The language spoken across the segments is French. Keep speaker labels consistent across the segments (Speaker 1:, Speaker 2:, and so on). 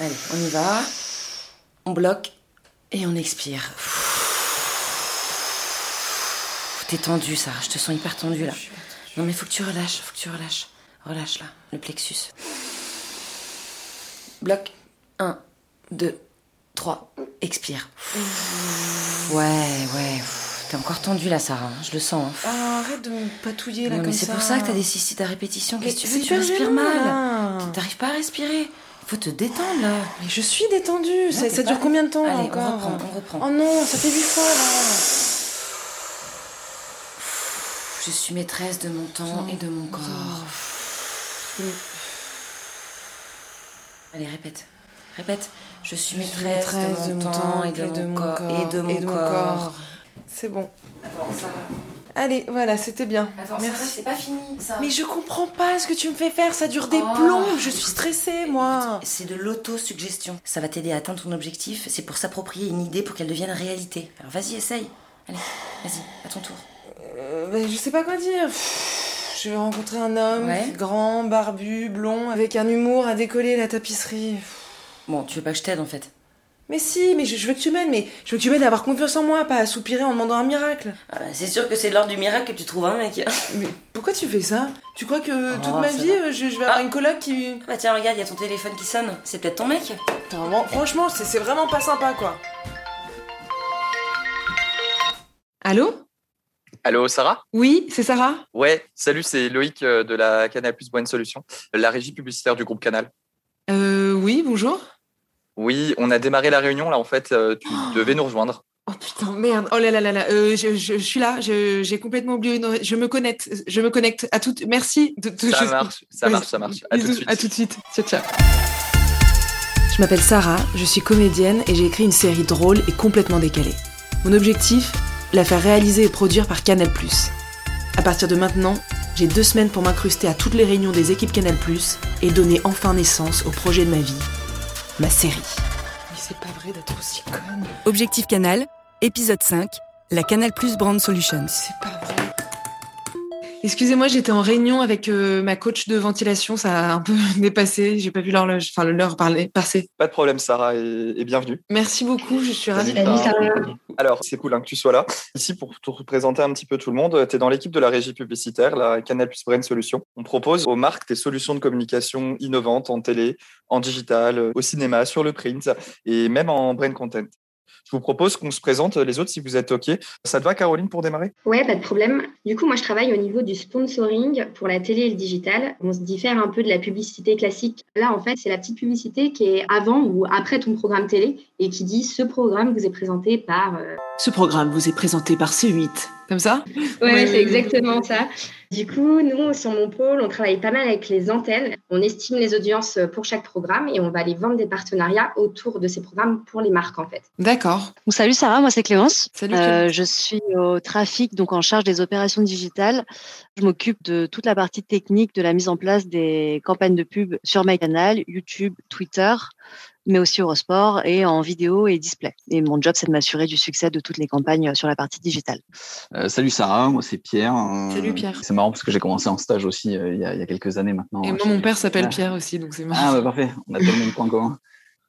Speaker 1: Allez, on y va. On bloque et on expire. T'es tendu, ça. Je te sens hyper tendu là. Non, mais faut que tu relâches, faut que tu relâches. Relâche là, le plexus. Bloc. 1, 2, 3. Expire. Ouais, ouais. T'es encore tendu là, Sarah. hein, Je le sens. hein.
Speaker 2: Ah, arrête de me patouiller
Speaker 1: Non,
Speaker 2: là comme
Speaker 1: mais
Speaker 2: ça.
Speaker 1: c'est pour ça que t'as des cystites à répétition. Qu'est-ce que tu
Speaker 2: Mais
Speaker 1: veux
Speaker 2: c'est
Speaker 1: Tu
Speaker 2: pas
Speaker 1: respires
Speaker 2: gênant,
Speaker 1: mal.
Speaker 2: là.
Speaker 1: T'arrives pas à respirer. Faut te détendre là.
Speaker 2: Mais je suis détendue. ça
Speaker 1: t'es
Speaker 2: ça
Speaker 1: pas-
Speaker 2: dure combien de temps
Speaker 1: Allez, on
Speaker 2: encore
Speaker 1: reprend, on reprend.
Speaker 2: Oh non, ça fait huit fois là.
Speaker 1: Je suis maîtresse de mon temps et de mon corps. Allez, répète. Répète. Je suis maîtresse, de, mon temps et de, mon corps, et de mon corps.
Speaker 2: C'est bon. Allez, voilà, c'était bien. Merci.
Speaker 1: pas fini, ça.
Speaker 2: Mais je comprends pas ce que tu me fais faire, ça dure des
Speaker 1: Oh.
Speaker 2: plombs, je suis stressée moi.
Speaker 1: C'est de l'auto-suggestion. Ça va t'aider à atteindre ton objectif. C'est pour s'approprier une idée pour qu'elle devienne réalité. Alors vas-y, essaye. Allez, vas-y, à ton tour.
Speaker 2: Euh, bah, je sais pas quoi dire. Pff, Je vais rencontrer un homme
Speaker 1: Ouais.
Speaker 2: grand, barbu, blond, avec un humour à décoller la tapisserie.
Speaker 1: Bon, tu veux pas que je t'aide en fait
Speaker 2: Mais si, mais je, je veux que tu m'aides, mais je veux que tu m'aides à avoir confiance en moi, pas à soupirer en demandant un miracle.
Speaker 1: Ah bah, C'est sûr que c'est de l'ordre du miracle que tu trouves un mec.
Speaker 2: Mais pourquoi tu fais ça Tu crois que toute
Speaker 1: Oh,
Speaker 2: ma
Speaker 1: ça
Speaker 2: vie, euh, je, je vais avoir
Speaker 1: Ah.
Speaker 2: une coloc qui...
Speaker 1: bah tiens, regarde, il y a ton téléphone qui sonne. C'est peut-être ton mec
Speaker 2: Putain, vraiment, franchement, c'est c'est vraiment pas sympa, quoi. Allô
Speaker 3: Allô, Sarah
Speaker 2: Oui, c'est Sarah
Speaker 3: Ouais, salut, c'est Loïc euh, de la Canal Plus Bonne Solution, euh, la régie publicitaire du groupe Canal.
Speaker 2: Euh, oui, bonjour.
Speaker 3: Oui, on a démarré la réunion, là, en fait, euh, tu devais nous rejoindre.
Speaker 2: Oh putain, merde. Oh là là là là. Euh, je, je- je suis là. Je- J'ai complètement oublié. de- Je me connecte. Je me connecte. À toute. Merci. De, de-
Speaker 3: Ça
Speaker 2: je-
Speaker 3: marche, ça
Speaker 2: Vas-y.
Speaker 3: marche, ça marche. À tout de
Speaker 2: Bisous.
Speaker 3: suite.
Speaker 2: À tout de suite. Ciao, ciao. Je m'appelle Sarah, je suis comédienne et j'ai écrit une série drôle et complètement décalée. Mon objectif La faire réaliser et produire par Canal+. À partir de maintenant, j'ai deux semaines pour m'incruster à toutes les réunions des équipes Canal+, et donner enfin naissance au projet de ma vie, ma série. Mais c'est pas vrai d'être aussi conne.
Speaker 4: Objectif Canal, épisode 5, la Canal Plus Brand Solutions.
Speaker 2: C'est pas vrai. Excusez-moi, j'étais en réunion avec euh, ma coach de ventilation, ça a un peu dépassé, j'ai pas vu l'horloge, enfin l'heure parler- passer.
Speaker 3: Pas de problème, Sarah, et, et bienvenue.
Speaker 2: Merci beaucoup, je suis ravie.
Speaker 3: Salut, Alors, c'est cool hein, que tu sois là. Ici, pour te représenter un petit peu tout le monde, tu es dans l'équipe de la régie publicitaire, la Canal Plus Brand Solutions. On propose aux marques des solutions de communication innovantes en télé, en digital, euh, au cinéma, sur le print et même en brand content. Je vous propose qu'on se présente euh, les autres si vous êtes OK. Ça te va, Caroline, pour démarrer
Speaker 5: Ouais, pas de problème. Du coup, moi, je travaille au niveau du sponsoring pour la télé et le digital. On se diffère un peu de la publicité classique. Là, en fait, c'est la petite publicité qui est avant ou après ton programme télé et qui dit ce programme vous est présenté par. euh,
Speaker 6: Ce programme vous est présenté par C8.
Speaker 2: Comme ça
Speaker 5: Ouais,
Speaker 2: Oui,
Speaker 5: c'est
Speaker 2: oui, oui.
Speaker 5: exactement ça. Du coup, nous, sur mon pôle, on travaille pas mal avec les antennes. On estime les audiences pour chaque programme et on va aller vendre des partenariats autour de ces programmes pour les marques, en fait.
Speaker 2: D'accord.
Speaker 7: Donc, salut Sarah, moi c'est Clémence.
Speaker 2: Salut,
Speaker 7: Euh,
Speaker 2: Clémence.
Speaker 7: je suis au trafic, donc en charge des opérations digitales. Je m'occupe de toute la partie technique de la mise en place des campagnes de pub sur MyCanal, YouTube, Twitter, mais aussi Eurosport et en vidéo et display. Et mon job, c'est de m'assurer du succès de toutes les campagnes sur la partie digitale.
Speaker 8: Euh, salut Sarah, moi c'est Pierre. Euh,
Speaker 2: Salut, Pierre.
Speaker 8: C'est marrant parce que j'ai commencé en stage aussi euh, il y, a, il y a quelques années maintenant.
Speaker 2: Et
Speaker 8: Euh,
Speaker 2: moi,
Speaker 8: chez-
Speaker 2: mon père s'appelle
Speaker 8: Ah.
Speaker 2: Pierre aussi, donc c'est marrant.
Speaker 8: Ah bah parfait, on a tellement de points communs.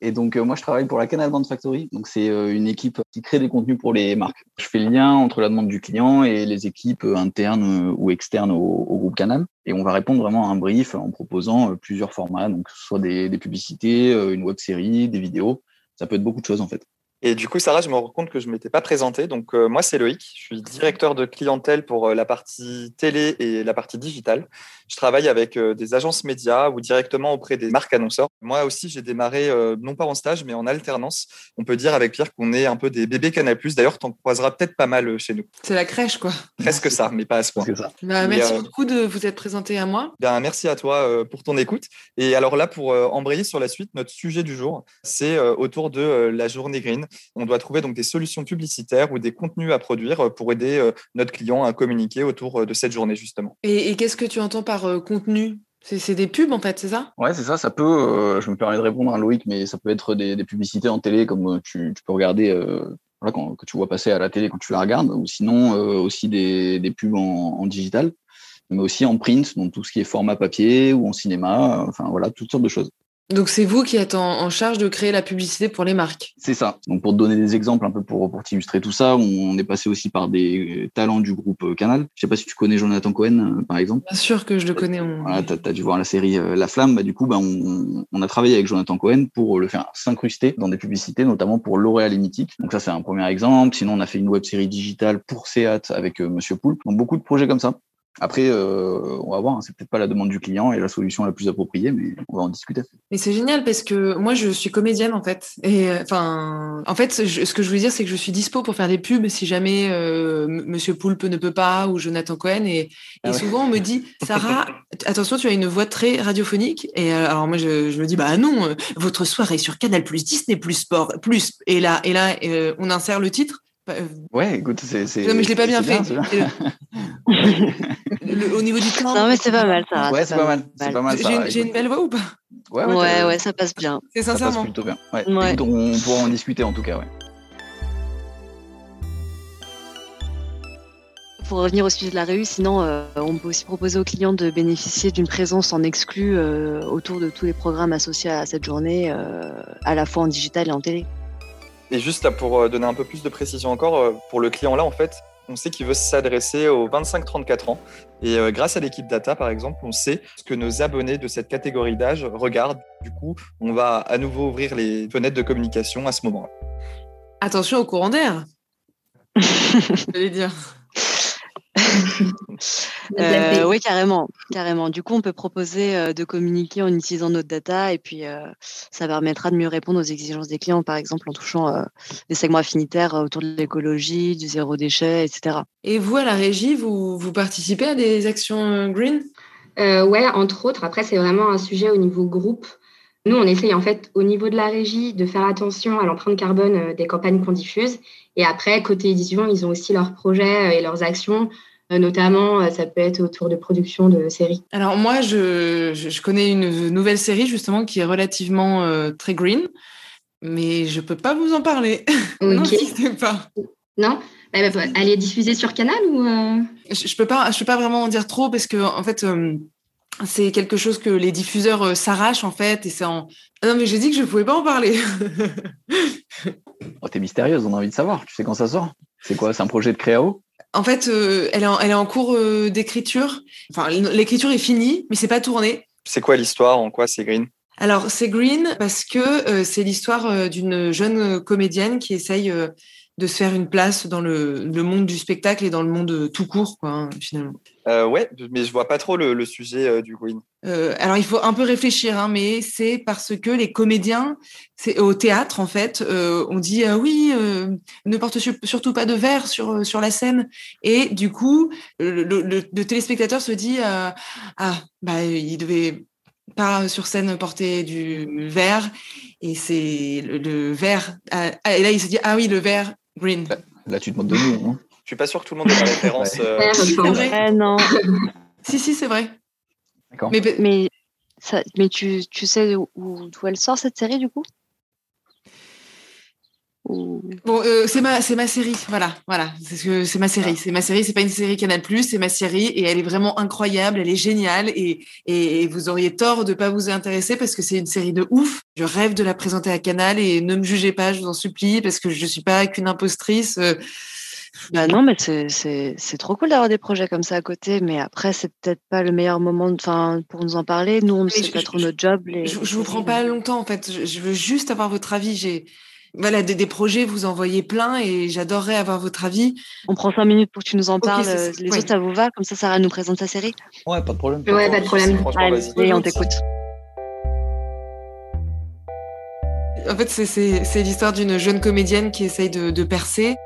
Speaker 8: Et donc euh, moi je travaille pour la Canal Brand Factory, donc c'est euh, une équipe qui crée des contenus pour les marques. Je fais le lien entre la demande du client et les équipes euh, internes euh, ou externes au, au groupe Canal. Et on va répondre vraiment à un brief en proposant euh, plusieurs formats, donc que ce soit des, des publicités, euh, une web série, des vidéos. Ça peut être beaucoup de choses en fait.
Speaker 3: Et du coup, Sarah, je me rends compte que je ne m'étais pas présenté. Donc, euh, moi, c'est Loïc. Je suis directeur de clientèle pour euh, la partie télé et la partie digitale. Je travaille avec euh, des agences médias ou directement auprès des marques annonceurs. Moi aussi, j'ai démarré, euh, non pas en stage, mais en alternance. On peut dire avec Pierre qu'on est un peu des bébés Canal+. D'ailleurs, t'en croiseras peut-être pas mal euh, chez nous.
Speaker 2: C'est la crèche, quoi.
Speaker 3: Presque ça, mais pas à ce point.
Speaker 8: Parce que ça.
Speaker 2: Bah,
Speaker 3: Mais,
Speaker 2: merci
Speaker 3: euh,
Speaker 2: beaucoup de vous être présenté à moi.
Speaker 3: Bien, merci à toi euh, pour ton écoute. Et alors là, pour euh, embrayer sur la suite, notre sujet du jour, c'est euh, autour de euh, la journée green. On doit trouver donc des solutions publicitaires ou des contenus à produire euh, pour aider euh, notre client à communiquer autour euh, de cette journée justement.
Speaker 2: Et, et qu'est-ce que tu entends par euh, contenu C'est c'est des pubs, en fait, c'est ça
Speaker 8: Ouais, c'est ça, ça peut, euh, je me permets de répondre à Loïc, mais ça peut être des, des publicités en télé comme euh, tu, tu peux regarder, euh, voilà, quand, que tu vois passer à la télé quand tu la regardes, ou sinon euh, aussi des, des pubs en, en digital, mais aussi en print, donc tout ce qui est format papier ou en cinéma, euh, enfin voilà, toutes sortes de choses.
Speaker 2: Donc c'est vous qui êtes en, en charge de créer la publicité pour les marques.
Speaker 8: C'est ça. Donc pour te donner des exemples un peu pour pour t'illustrer tout ça, on est passé aussi par des talents du groupe euh, Canal. Je sais pas si tu connais Jonathan Cohen euh, par exemple.
Speaker 2: Bien sûr que je le connais. on-
Speaker 8: Voilà, t'as as dû voir la série euh, La Flamme. Bah, du coup, bah, on, on a travaillé avec Jonathan Cohen pour euh, le faire s'incruster dans des publicités, notamment pour L'Oréal et Mythique. Donc ça, c'est un premier exemple. Sinon, on a fait une web série digitale pour Seat avec euh, Monsieur Poulpe. Donc beaucoup de projets comme ça. Après, euh, on va voir. hein, c'est peut-être pas la demande du client et la solution la plus appropriée, mais on va en discuter.
Speaker 2: Mais c'est génial parce que moi je suis comédienne en fait et euh, enfin en fait je- ce que je voulais dire c'est que je suis dispo pour faire des pubs si jamais euh, M- Monsieur Poulpe ne peut pas ou Jonathan Cohen et, et
Speaker 8: Ah ouais.
Speaker 2: souvent on me dit Sarah t- attention tu as une voix très radiophonique et euh, alors moi je, je me dis bah non euh, votre soirée sur Canal Plus Disney Plus Sport Plus et là et là euh, on insère le titre Euh,
Speaker 8: Ouais, écoute, c'est. c'est-
Speaker 2: non mais je l'ai pas bien
Speaker 8: c'est
Speaker 2: fait euh,
Speaker 8: c'est bien.
Speaker 2: Le- le- au niveau du temps Ah,
Speaker 7: Non, mais c'est pas mal, Sarah.
Speaker 8: Ouais, c'est pas mal. C'est pas mal.
Speaker 2: j'ai
Speaker 8: ça,
Speaker 2: une-
Speaker 8: écoute.
Speaker 2: j'ai une belle voix ou pas
Speaker 8: Ouais, ouais,
Speaker 7: Ouais,
Speaker 8: t'as-
Speaker 7: ouais, ça passe bien.
Speaker 2: c'est
Speaker 8: Ça passe
Speaker 2: sincèrement
Speaker 8: plutôt bien. Ouais.
Speaker 7: Ouais.
Speaker 8: Écoute, on pourra en discuter en tout cas. Ouais.
Speaker 7: Pour revenir au sujet de la réu, sinon, euh, on peut aussi proposer aux clients de bénéficier d'une présence en exclu euh, autour de tous les programmes associés à cette journée, euh, à la fois en digital et en télé.
Speaker 3: Et juste là, pour euh, donner un peu plus de précision encore, euh, pour le client là, en fait, on sait qu'il veut s'adresser aux 25-34 ans. Et euh, grâce à l'équipe data, par exemple, on sait ce que nos abonnés de cette catégorie d'âge regardent. Du coup, on va à nouveau ouvrir les fenêtres de communication à ce moment-là.
Speaker 2: attention au courant d'air j'allais dire
Speaker 7: Euh, oui, carrément, carrément. Du coup, on peut proposer euh, de communiquer en utilisant notre data et puis euh, ça permettra de mieux répondre aux exigences des clients, par exemple en touchant euh, des segments affinitaires euh, autour de l'écologie, du zéro déchet, etc.
Speaker 2: Et vous, à la régie, vous, vous participez à des actions euh, green
Speaker 5: Euh, ouais, entre autres. Après, c'est vraiment un sujet au niveau groupe. Nous, on essaye en fait au niveau de la régie de faire attention à l'empreinte carbone euh, des campagnes qu'on diffuse. Et après, côté édition, ils ont aussi leurs projets euh, et leurs actions. Euh, Notamment, euh, ça peut être autour de production de séries.
Speaker 2: Alors moi, je, je, je connais une nouvelle série justement qui est relativement euh, très green, mais je peux pas vous en parler. non,
Speaker 5: Ok.
Speaker 2: je pas.
Speaker 5: Non Bah, bah, Elle est diffusée sur Canal ou euh
Speaker 2: Je, je peux pas, je peux pas vraiment en dire trop parce que en fait. euh, c'est quelque chose que les diffuseurs euh, s'arrachent en fait et c'est en Ah non mais j'ai dit que je pouvais pas en parler
Speaker 8: Oh, T'es mystérieuse, on a envie de savoir. Tu sais quand ça sort C'est quoi C'est un projet de créao
Speaker 2: En fait, euh, elle, est en, elle est en cours euh, d'écriture. Enfin, l'écriture est finie, mais c'est pas tourné.
Speaker 3: C'est quoi l'histoire En quoi c'est green
Speaker 2: Alors, c'est Green parce que euh, c'est l'histoire euh, d'une jeune comédienne qui essaye euh, de se faire une place dans le, le monde du spectacle et dans le monde euh, tout court, quoi, hein, finalement.
Speaker 3: euh, Ouais, mais je vois pas trop le, le sujet euh, du green.
Speaker 2: Euh, alors, il faut un peu réfléchir, hein, mais c'est parce que les comédiens, c'est au théâtre en fait, euh, on dit euh, oui, euh, ne porte su- surtout pas de verre sur euh, sur la scène, et du coup, le, le- le- le téléspectateur se dit euh, ah bah il devait pas sur scène porter du verre, et c'est le, le verre, ah, ah, et là il se dit ah oui le verre green.
Speaker 8: Là, tu te moques de nous. hein.
Speaker 3: Je suis pas sûr que tout le monde ait la référence. euh,
Speaker 5: Ah Ouais, enfin,
Speaker 2: vrai.
Speaker 7: Ouais, non,
Speaker 2: Si si c'est vrai.
Speaker 8: D'accord.
Speaker 2: Mais pe-
Speaker 7: mais, ça, mais tu, tu sais où, d'où elle sort cette série du coup Ou-
Speaker 2: Bon, euh, c'est ma, c'est ma série, voilà, voilà, c'est ce que c'est ma série, c'est ma série, c'est pas une série Canal c'est ma série et elle est vraiment incroyable, elle est géniale et, et vous auriez tort de pas vous y intéresser parce que c'est une série de ouf. Je rêve de la présenter à Canal et ne me jugez pas, je vous en supplie, parce que je suis pas qu'une impostrice. euh.
Speaker 7: Bah non, mais c'est- c'est c'est trop cool d'avoir des projets comme ça à côté, mais après, c'est peut-être pas le meilleur moment de, 'fin, pour nous en parler. Nous, on ne
Speaker 2: Mais
Speaker 7: sait
Speaker 2: je-
Speaker 7: pas
Speaker 2: je-
Speaker 7: trop notre job. Les,
Speaker 2: Je,
Speaker 7: les
Speaker 2: je vous prends
Speaker 7: séries,
Speaker 2: pas
Speaker 7: donc.
Speaker 2: longtemps en fait, je, je veux juste avoir votre avis. J'ai voilà des, des projets, vous en voyez plein et j'adorerais avoir votre avis.
Speaker 7: On prend cinq minutes pour que tu nous en
Speaker 2: Ok,
Speaker 7: parles.
Speaker 2: c'est-
Speaker 7: euh,
Speaker 2: c'est-
Speaker 7: Les
Speaker 2: ouais.
Speaker 7: autres, ça vous va Comme ça, Sarah nous présente sa série.
Speaker 8: Ouais, pas de problème.
Speaker 5: Ouais, pas de problème.
Speaker 3: Franchement, vas-y.
Speaker 7: Allez, on t'écoute.
Speaker 2: En fait, c'est- c'est c'est l'histoire d'une jeune comédienne qui essaye de, de percer.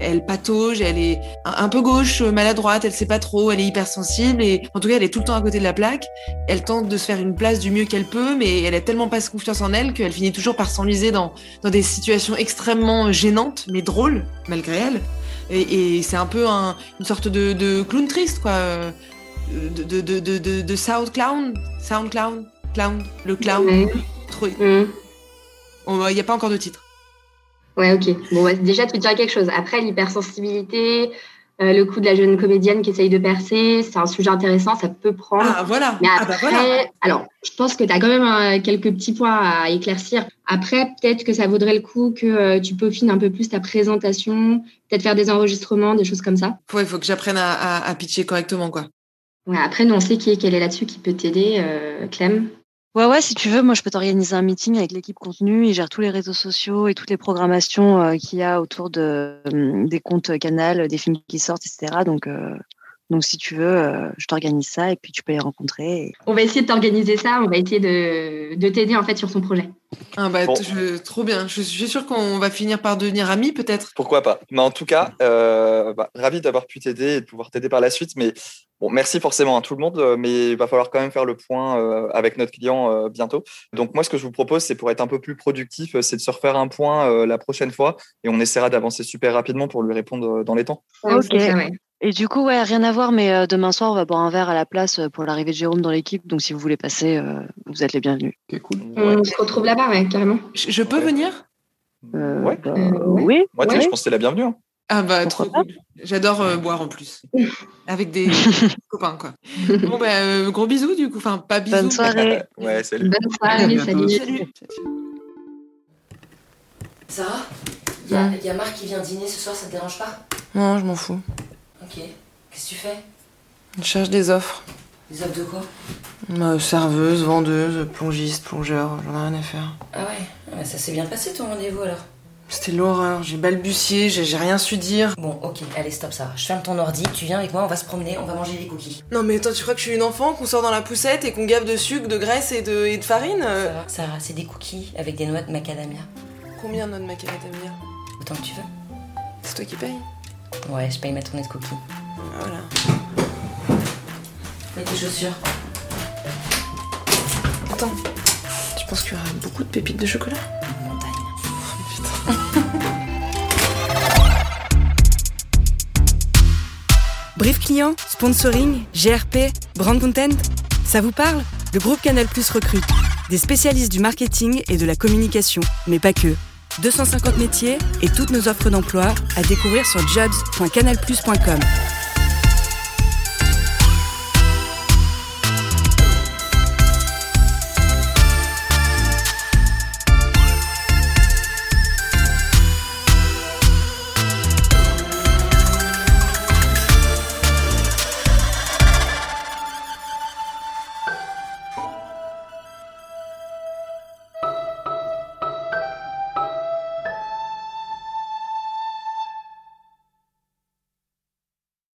Speaker 2: Elle patauge, elle est un un peu gauche, euh, maladroite, elle sait pas trop, elle est hypersensible et en tout cas elle est tout le temps à côté de la plaque. Elle tente de se faire une place du mieux qu'elle peut, mais elle a tellement pas confiance en elle qu'elle finit toujours par s'enliser dans, dans des situations extrêmement gênantes, mais drôles malgré elle. Et, et c'est un peu un- une sorte de, de clown triste quoi, euh, de, de, de, de, de, de sound clown, sound clown, clown, le clown.
Speaker 5: Ouais.
Speaker 2: Trop-
Speaker 5: hum.
Speaker 2: on- Il n'y a pas encore de titre.
Speaker 5: Ouais, ok. Bon, bah, déjà, tu te dirais quelque chose. Après, l'hypersensibilité, euh, le coup de la jeune comédienne qui essaye de percer, c'est un sujet intéressant, ça peut prendre.
Speaker 2: Ah, voilà.
Speaker 5: Mais
Speaker 2: Ah, bah,
Speaker 5: après,
Speaker 2: voilà.
Speaker 5: alors, je pense que tu as quand même euh, quelques petits points à éclaircir. Après, peut-être que ça vaudrait le coup que euh, tu peaufines un peu plus ta présentation, peut-être faire des enregistrements, des choses comme ça.
Speaker 2: Ouais, faut que j'apprenne à, à- à pitcher correctement, quoi.
Speaker 5: Ouais, après, nous, on sait qui est, qu'elle est là-dessus, qui peut t'aider, euh, Clem.
Speaker 7: Ouais, ouais, si tu veux, moi je peux t'organiser un meeting avec l'équipe contenu. Ils gèrent tous les réseaux sociaux et toutes les programmations euh, qu'il y a autour de, hum, des comptes Canal, des films qui sortent, etc. Donc, euh, donc si tu veux, euh, je t'organise ça et puis tu peux les rencontrer. et-
Speaker 5: On va essayer de t'organiser ça, on va essayer de, de t'aider en fait sur ton projet.
Speaker 2: Ah, bah,
Speaker 3: Bon.
Speaker 2: je- trop bien. Je, je suis sûre qu'on va finir par devenir amis, peut-être.
Speaker 3: Pourquoi pas Mais en tout cas, euh, bah, ravi d'avoir pu t'aider et de pouvoir t'aider par la suite. Mais bon, merci forcément à tout le monde, euh, mais il va falloir quand même faire le point euh, avec notre client euh, bientôt. Donc moi, ce que je vous propose, c'est pour être un peu plus productif, euh, c'est de se refaire un point euh, la prochaine fois et on essaiera d'avancer super rapidement pour lui répondre euh, dans les temps.
Speaker 5: Ouais,
Speaker 7: Ok.
Speaker 5: c'est ça, ouais.
Speaker 7: Et du coup, ouais, rien à voir, mais euh, demain soir, on va boire un verre à la place euh, pour l'arrivée de Jérôme dans l'équipe. Donc, si vous voulez passer, euh, vous êtes les bienvenus.
Speaker 8: Ok, cool.
Speaker 3: Ouais.
Speaker 5: On se retrouve là-bas, ouais, carrément.
Speaker 2: Je, je peux
Speaker 3: Ouais.
Speaker 2: venir
Speaker 7: Euh,
Speaker 3: Ouais.
Speaker 7: bah,
Speaker 5: Euh, ouais.
Speaker 7: oui.
Speaker 3: Moi, tu-
Speaker 7: ouais.
Speaker 3: je pense que c'est la bienvenue. hein.
Speaker 2: Ah, bah,
Speaker 7: Pourquoi
Speaker 2: trop cool. J'adore euh, boire en plus. Avec des copains, quoi. Bon, bah, euh, gros bisous, du coup. Enfin, pas bisous.
Speaker 7: Bonne soirée.
Speaker 3: Ouais, c'est
Speaker 5: Bonne
Speaker 8: À
Speaker 5: soirée,
Speaker 8: bientôt.
Speaker 5: salut.
Speaker 2: Salut.
Speaker 1: Sarah, il y, a- y a Marc qui vient dîner ce soir, ça te dérange pas
Speaker 9: Non, je m'en fous.
Speaker 1: Ok. Qu'est-ce que tu fais
Speaker 9: Je cherche des offres.
Speaker 1: Des offres de quoi
Speaker 9: Euh, serveuse, vendeuse, plongiste, plongeur, j'en ai rien à faire.
Speaker 1: Ah ouais, Ah bah ça s'est bien passé ton rendez-vous alors
Speaker 9: C'était l'horreur, j'ai balbutié, j'ai j'ai rien su dire.
Speaker 1: Bon, ok, allez, stop Sarah. Je ferme ton ordi, tu viens avec moi, on va se promener, on va manger des cookies.
Speaker 9: Non mais attends, tu crois que je suis une enfant qu'on sort dans la poussette et qu'on gave de sucre, de graisse et de, et de farine euh,
Speaker 1: Sarah, Sarah, c'est des cookies avec des noix de macadamia.
Speaker 9: Combien de notre maquette à venir
Speaker 1: Autant que tu veux.
Speaker 9: C'est toi qui paye
Speaker 1: Ouais, je paye ma tournée de cookies.
Speaker 9: Voilà.
Speaker 1: Mets tes chaussures.
Speaker 9: Attends, tu penses qu'il y aura beaucoup de pépites de chocolat
Speaker 1: Montagne.
Speaker 4: Brief client, sponsoring, GRP, brand content, ça vous parle Le groupe Canal Plus recrute des spécialistes du marketing et de la communication, mais pas que. 250 métiers et toutes nos offres d'emploi à découvrir sur jobs.canalplus.com.